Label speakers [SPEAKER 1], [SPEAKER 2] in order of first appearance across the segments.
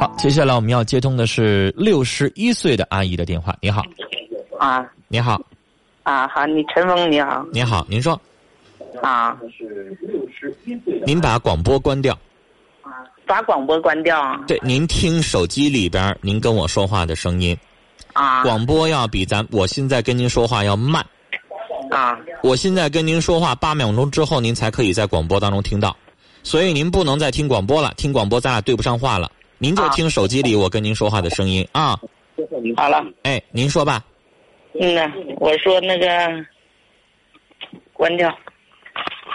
[SPEAKER 1] 好，接下来我们要接通的是六十一岁的阿姨的电话。你好，
[SPEAKER 2] 啊
[SPEAKER 1] 你好，
[SPEAKER 2] 啊，好，你陈峰你好
[SPEAKER 1] 你好，您说，
[SPEAKER 2] 啊，
[SPEAKER 1] 您把广播关掉。
[SPEAKER 2] 把广播关掉啊
[SPEAKER 1] 对，您听手机里边儿您跟我说话的声音，
[SPEAKER 2] 啊
[SPEAKER 1] 广播要比咱我现在跟您说话要慢。
[SPEAKER 2] 啊
[SPEAKER 1] 我现在跟您说话八秒钟之后，您才可以在广播当中听到，所以您不能再听广播了，听广播咱俩对不上话了。您就
[SPEAKER 2] 啊
[SPEAKER 1] 听手机里我跟您说话的声音啊，
[SPEAKER 2] 好了，
[SPEAKER 1] 哎，您说吧。
[SPEAKER 2] 嗯呐，我说那个关掉，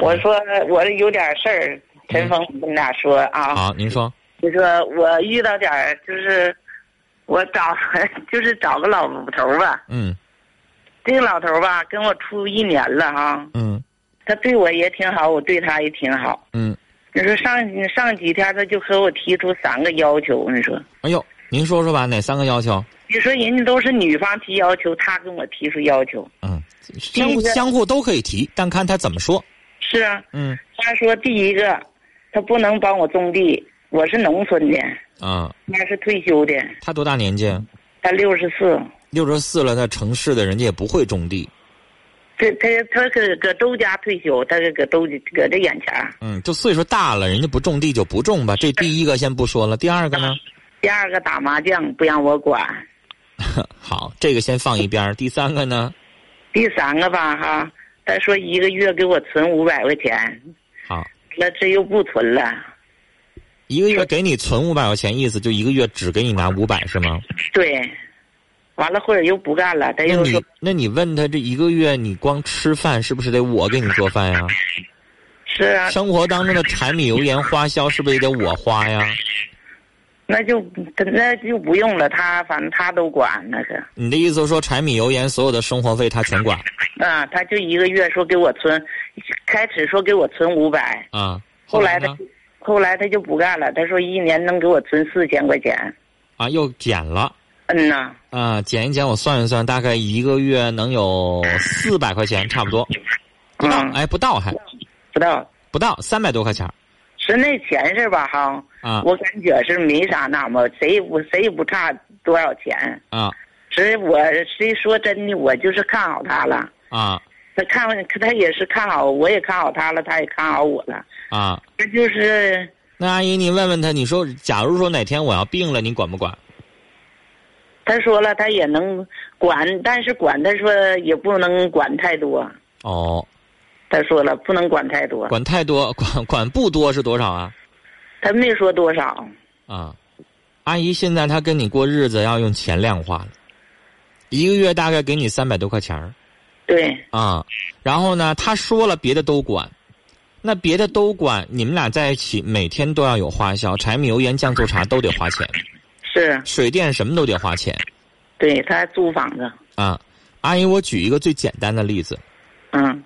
[SPEAKER 2] 我说我有点事儿，陈峰跟你俩说啊，
[SPEAKER 1] 嗯好，您说。
[SPEAKER 2] 就说我遇到点儿就是我找 就是找个老头儿吧，
[SPEAKER 1] 嗯
[SPEAKER 2] 这个老头儿吧跟我处一年了哈、
[SPEAKER 1] 嗯
[SPEAKER 2] 他对我也挺好，我对他也挺好。
[SPEAKER 1] 嗯，
[SPEAKER 2] 你说上上几天他就和我提出三个要求，你说。
[SPEAKER 1] 哎呦，您说说吧，哪三个要求？
[SPEAKER 2] 你说人家都是女方提要求，他跟我提出要求，
[SPEAKER 1] 嗯，相
[SPEAKER 2] 第一
[SPEAKER 1] 互
[SPEAKER 2] 个
[SPEAKER 1] 相互都可以提，但看他怎么说。
[SPEAKER 2] 是啊。
[SPEAKER 1] 嗯
[SPEAKER 2] 他说第一个，他不能帮我种地，我是农村的，
[SPEAKER 1] 啊，
[SPEAKER 2] 他是退休的，
[SPEAKER 1] 他多大年纪？啊
[SPEAKER 2] 他六十四，
[SPEAKER 1] 六十四了，在城市的人家也不会种地。
[SPEAKER 2] 这他他搁搁周家退休，他搁周搁这眼前儿。
[SPEAKER 1] 嗯，就岁数大了，人家不种地就不种吧。这第一个先不说了，第二个呢？
[SPEAKER 2] 第二个打麻将不让我管，嗯
[SPEAKER 1] 好，这个先放一边儿。第三个呢？
[SPEAKER 2] 第三个吧哈，他说一个月给我存五百块钱，
[SPEAKER 1] 好，
[SPEAKER 2] 那这又不存了。
[SPEAKER 1] 一个月给你存五百块钱，意思就一个月只给你拿五百是吗？
[SPEAKER 2] 对，完了或者又不干了，他
[SPEAKER 1] 那
[SPEAKER 2] 又说
[SPEAKER 1] 你那你问他这一个月你光吃饭是不是得我给你做饭呀？
[SPEAKER 2] 是啊，
[SPEAKER 1] 生活当中的柴米油盐花销是不是也得我花呀？
[SPEAKER 2] 那就他那就不用了，他反正他都管那个，
[SPEAKER 1] 你的意思说柴米油盐所有的生活费他全管
[SPEAKER 2] 啊，他就一个月说给我存，开始说给我存五百，
[SPEAKER 1] 啊？
[SPEAKER 2] 后来
[SPEAKER 1] 呢
[SPEAKER 2] 他？后来他就不干了，他说一年能给我存四千块钱，
[SPEAKER 1] 啊，又减了
[SPEAKER 2] 嗯呐，
[SPEAKER 1] 啊，减一减，我算一算，大概一个月能有四百块钱，差不多，不到，
[SPEAKER 2] 嗯，
[SPEAKER 1] 哎，不到还
[SPEAKER 2] 不到，
[SPEAKER 1] 不到三百多块钱儿
[SPEAKER 2] 是那钱是吧哈？
[SPEAKER 1] 啊
[SPEAKER 2] 我感觉是没啥那么，谁也不谁也不差多少钱，
[SPEAKER 1] 啊
[SPEAKER 2] 所以我谁说真的，我就是看好他了。
[SPEAKER 1] 啊
[SPEAKER 2] 他看他也是看好，我也看好他了，他也看好我了。
[SPEAKER 1] 啊！
[SPEAKER 2] 这就是
[SPEAKER 1] 那阿姨，您问问他，你说，假如说哪天我要病了，你管不管？
[SPEAKER 2] 他说了，他也能管，但是管他说也不能管太多。
[SPEAKER 1] 哦，
[SPEAKER 2] 他说了，不能管太多，
[SPEAKER 1] 管太多， 管管不多是多少啊？
[SPEAKER 2] 他没说多少。
[SPEAKER 1] 啊，阿姨，现在她跟你过日子要用钱量化了，一个月大概给你三百多块钱儿。
[SPEAKER 2] 对，
[SPEAKER 1] 啊，然后呢，他说了别的都管，那别的都管，你们俩在一起每天都要有花销，柴米油盐酱醋茶都得花钱，
[SPEAKER 2] 是
[SPEAKER 1] 水电什么都得花钱
[SPEAKER 2] 对他租房子，
[SPEAKER 1] 啊。阿姨，我举一个最简单的例子，
[SPEAKER 2] 嗯，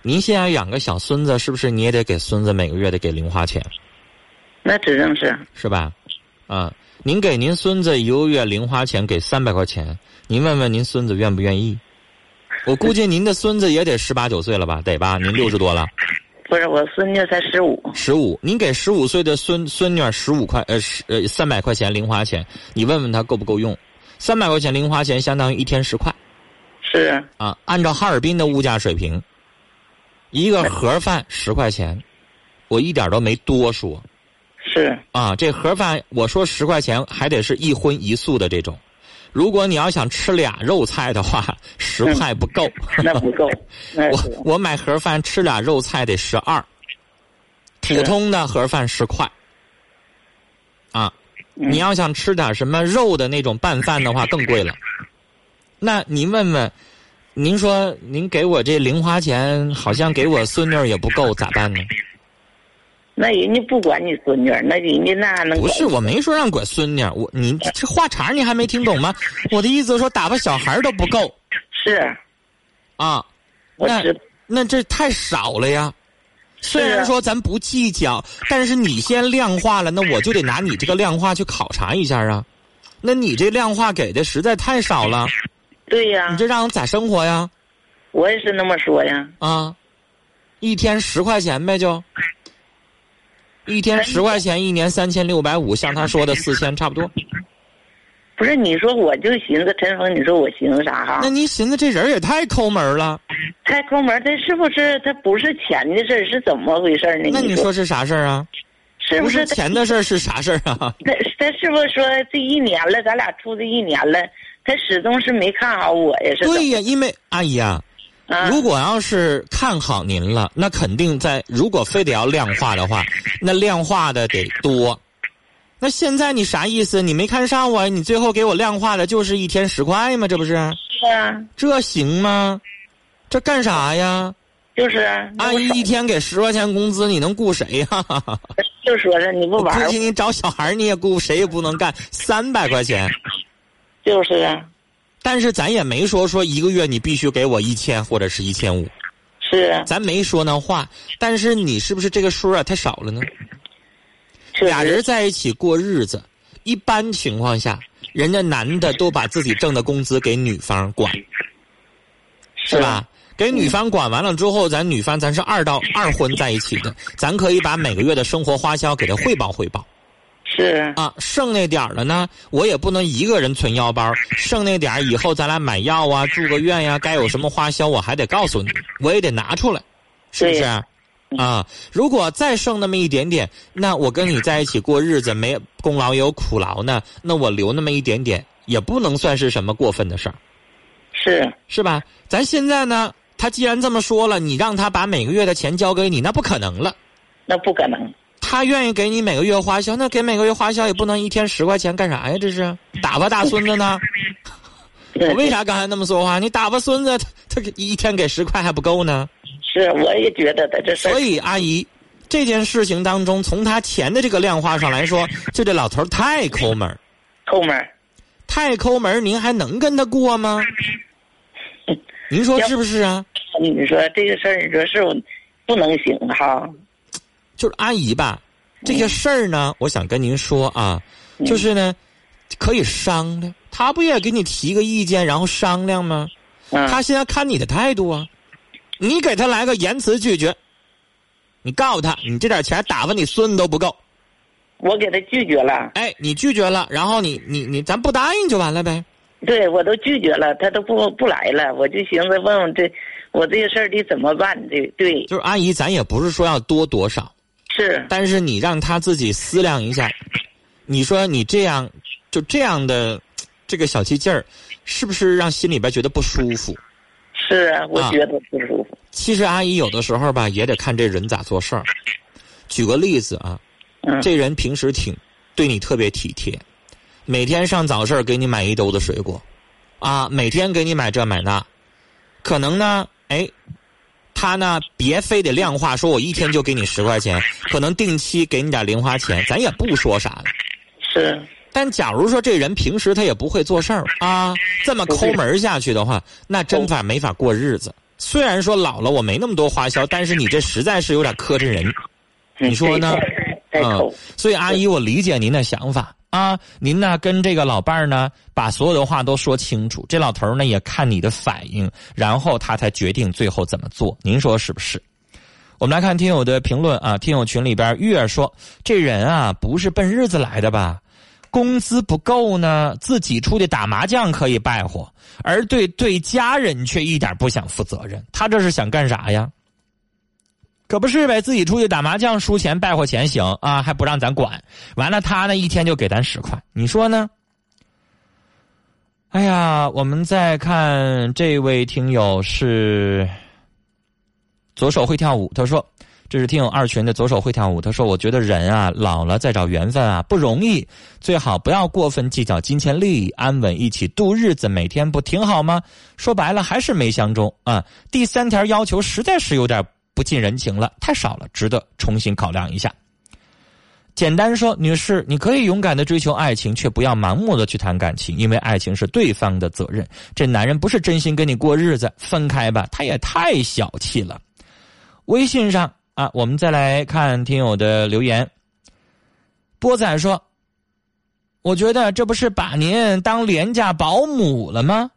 [SPEAKER 1] 您现在养个小孙子，是不是你也得给孙子每个月得给零花钱，
[SPEAKER 2] 那指定是
[SPEAKER 1] 是吧？啊，您给您孙子一个月零花钱给三百块钱，您问问您孙子愿不愿意？我估计您的孙子也得十八九岁了吧，得吧？您六十多了。
[SPEAKER 2] 不是我孙女才十五，
[SPEAKER 1] 十五，您给十五岁的孙孙女十五块呃十呃三百块钱零花钱，你问问她够不够用？三百块钱零花钱相当于一天十块
[SPEAKER 2] 是
[SPEAKER 1] 啊！按照哈尔滨的物价水平，一个盒饭十块钱，我一点都没多说
[SPEAKER 2] 是
[SPEAKER 1] 啊！这盒饭我说十块钱还得是一荤一素的这种，如果你要想吃俩肉菜的话，十块不够。
[SPEAKER 2] 那不 够，那是
[SPEAKER 1] 我我买盒饭吃俩肉菜得十二，普
[SPEAKER 2] 是
[SPEAKER 1] 通的盒饭十块。啊，
[SPEAKER 2] 嗯
[SPEAKER 1] 你要想吃点什么肉的那种拌饭的话，更贵了。那您问问，您说您给我这零花钱，好像给我孙女儿也不够，咋办呢？
[SPEAKER 2] 那人家不管你孙女儿，那人家那还能
[SPEAKER 1] 不
[SPEAKER 2] 管
[SPEAKER 1] 是，我没说让管孙女儿，我你这话茬儿你还没听懂吗？我的意思说，打发小孩儿都不够
[SPEAKER 2] 是，
[SPEAKER 1] 啊。
[SPEAKER 2] 我
[SPEAKER 1] 那
[SPEAKER 2] 知
[SPEAKER 1] 那这太少了呀。虽
[SPEAKER 2] 是
[SPEAKER 1] 然
[SPEAKER 2] 啊
[SPEAKER 1] 说咱不计较，但是你先量化了，那我就得拿你这个量化去考察一下啊。那你这量化给的实在太少了，
[SPEAKER 2] 对呀、
[SPEAKER 1] 你这让我咋生活呀？
[SPEAKER 2] 我也是那么说呀，
[SPEAKER 1] 啊，一天十块钱呗就。一天十块钱，一年三千六百五，像他说的四千差不多。
[SPEAKER 2] 不是你说我就寻思陈峰，你说我寻思啥哈
[SPEAKER 1] 那？您寻思这人也太抠门了，
[SPEAKER 2] 开抠门，这是不是他不是钱的事儿，是怎么回事儿呢？
[SPEAKER 1] 那你
[SPEAKER 2] 说
[SPEAKER 1] 说是啥事儿啊？
[SPEAKER 2] 是
[SPEAKER 1] 不
[SPEAKER 2] 是
[SPEAKER 1] 是
[SPEAKER 2] 他？
[SPEAKER 1] 钱的事儿是啥事儿啊？
[SPEAKER 2] 他他是不是说这一年了，咱俩处这一年了，他始终是没看好我呀？是怎么
[SPEAKER 1] 对呀，因为阿姨啊，
[SPEAKER 2] 啊，
[SPEAKER 1] 如果要是看好您了，那肯定在。如果非得要量化的话，那量化的得多。那现在你啥意思？你没看上我，你最后给我量化的就是一天十块吗？这不是？
[SPEAKER 2] 是啊，
[SPEAKER 1] 这行吗？这干啥呀？
[SPEAKER 2] 就是啊，那
[SPEAKER 1] 阿
[SPEAKER 2] 我
[SPEAKER 1] 姨
[SPEAKER 2] 少
[SPEAKER 1] 一天给十块钱工资，你能雇谁呀、
[SPEAKER 2] 就说了，你不
[SPEAKER 1] 我
[SPEAKER 2] 玩
[SPEAKER 1] 估
[SPEAKER 2] 儿
[SPEAKER 1] 计你找小孩儿你也雇谁也不能干，三百块钱。
[SPEAKER 2] 就是啊，
[SPEAKER 1] 但是咱也没说说一个月你必须给我一千或者是一千五，
[SPEAKER 2] 是啊，
[SPEAKER 1] 咱没说那话。但是你是不是这个数啊太少了呢？
[SPEAKER 2] 确
[SPEAKER 1] 俩
[SPEAKER 2] 实
[SPEAKER 1] 人在一起过日子，一般情况下，人家男的都把自己挣的工资给女方管，
[SPEAKER 2] 是
[SPEAKER 1] 是吧？？给女方管完了之后，咱女方咱是二到二婚在一起的，咱可以把每个月的生活花销给她汇报汇报
[SPEAKER 2] 是啊，
[SPEAKER 1] 啊。剩那点儿了呢，我也不能一个人存腰包，剩那点儿以后咱俩买药啊、住个院呀、该有什么花销我还得告诉你，我也得拿出来，是不是？啊，如果再剩那么一点点，那我跟你在一起过日子，没功劳也有苦劳呢，那我留那么一点点，也不能算是什么过分的事儿，
[SPEAKER 2] 是啊
[SPEAKER 1] 是吧？咱现在呢，他既然这么说了，你让他把每个月的钱交给你，那不可能了。
[SPEAKER 2] 那不可能，
[SPEAKER 1] 他愿意给你每个月花销，那给每个月花销也不能一天十块钱干啥呀？这是打发大孙子呢？我为啥刚才那么说话？你打发孙子， 他他给一天给十块还不够呢？
[SPEAKER 2] 是啊我也觉得的，这事儿
[SPEAKER 1] 所以阿姨，这件事情当中，从他钱的这个量化上来说，就这老头儿太抠门儿
[SPEAKER 2] 抠门儿，
[SPEAKER 1] 太抠门儿您还能跟他过吗？您说是不是啊？
[SPEAKER 2] 你说这个事儿，你说是不不能行哈？
[SPEAKER 1] 就是阿姨吧，这个事儿呢，我想跟您说啊，就是呢，可以商量。他不也给你提个意见，然后商量吗？
[SPEAKER 2] 嗯，
[SPEAKER 1] 他现在看你的态度啊，你给他来个言辞拒绝，你告诉他，你这点钱打发你孙子都不够。
[SPEAKER 2] 我给他拒绝了，
[SPEAKER 1] 哎，你拒绝了，然后你你你，咱不答应就完了呗。
[SPEAKER 2] 对我都拒绝了，他都不不来了，我就寻思问问这我这个事儿得怎么办？这对
[SPEAKER 1] 就是阿姨，咱也不是说要多多少，
[SPEAKER 2] 是
[SPEAKER 1] 但是你让他自己思量一下，你说你这样就这样的这个小气劲儿，是不是让心里边觉得不舒服？
[SPEAKER 2] 是啊，我
[SPEAKER 1] 啊
[SPEAKER 2] 觉得不舒服，
[SPEAKER 1] 其实阿姨有的时候吧，也得看这人咋做事儿。举个例子啊，
[SPEAKER 2] 嗯，
[SPEAKER 1] 这人平时挺对你特别体贴，每天上早市儿给你买一兜子水果，啊，每天给你买这买那，可能呢，哎，他呢别非得量化，说我一天就给你十块钱，可能定期给你点零花钱，咱也不说啥了。
[SPEAKER 2] 是
[SPEAKER 1] 但假如说这人平时他也不会做事儿啊，这么抠门儿下去的话，那真法没法过日子。虽然说老了我没那么多花销，但是你这实在是有点磕碜人。
[SPEAKER 2] 你
[SPEAKER 1] 说呢？
[SPEAKER 2] 太
[SPEAKER 1] 嗯
[SPEAKER 2] 抠，
[SPEAKER 1] 所以阿姨，我理解您的想法啊。您呢跟这个老伴儿呢，把所有的话都说清楚。这老头儿呢也看你的反应，然后他才决定最后怎么做。您说是不是？我们来看听友的评论啊，听友群里边月说：“这人啊，不是奔日子来的吧？工资不够呢，自己出去打麻将可以败火，而对对家人却一点不想负责任。他这是想干啥呀？可不是呗，自己出去打麻将输钱败坏钱行啊，还不让咱管。完了，他呢一天就给咱十块，你说呢？哎呀，我们再看这位听友是左手会跳舞，他说这是听友二群的左手会跳舞，他说我觉得人啊老了再找缘分啊不容易，最好不要过分计较金钱利益，安稳一起度日子，每天不挺好吗？说白了还是没相中啊。第三条要求实在是有点不近人情了，太少了，值得重新考量一下。简单说，女士，你可以勇敢的追求爱情，却不要盲目的去谈感情，因为爱情是对方的责任。这男人不是真心跟你过日子，分开吧，他也太小气了。微信上啊，我们再来看听友的留言。波仔说：“我觉得这不是把您当廉价保姆了吗？”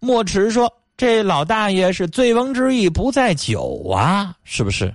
[SPEAKER 1] 莫池说：“这老大爷是醉翁之意不在酒啊，是不是？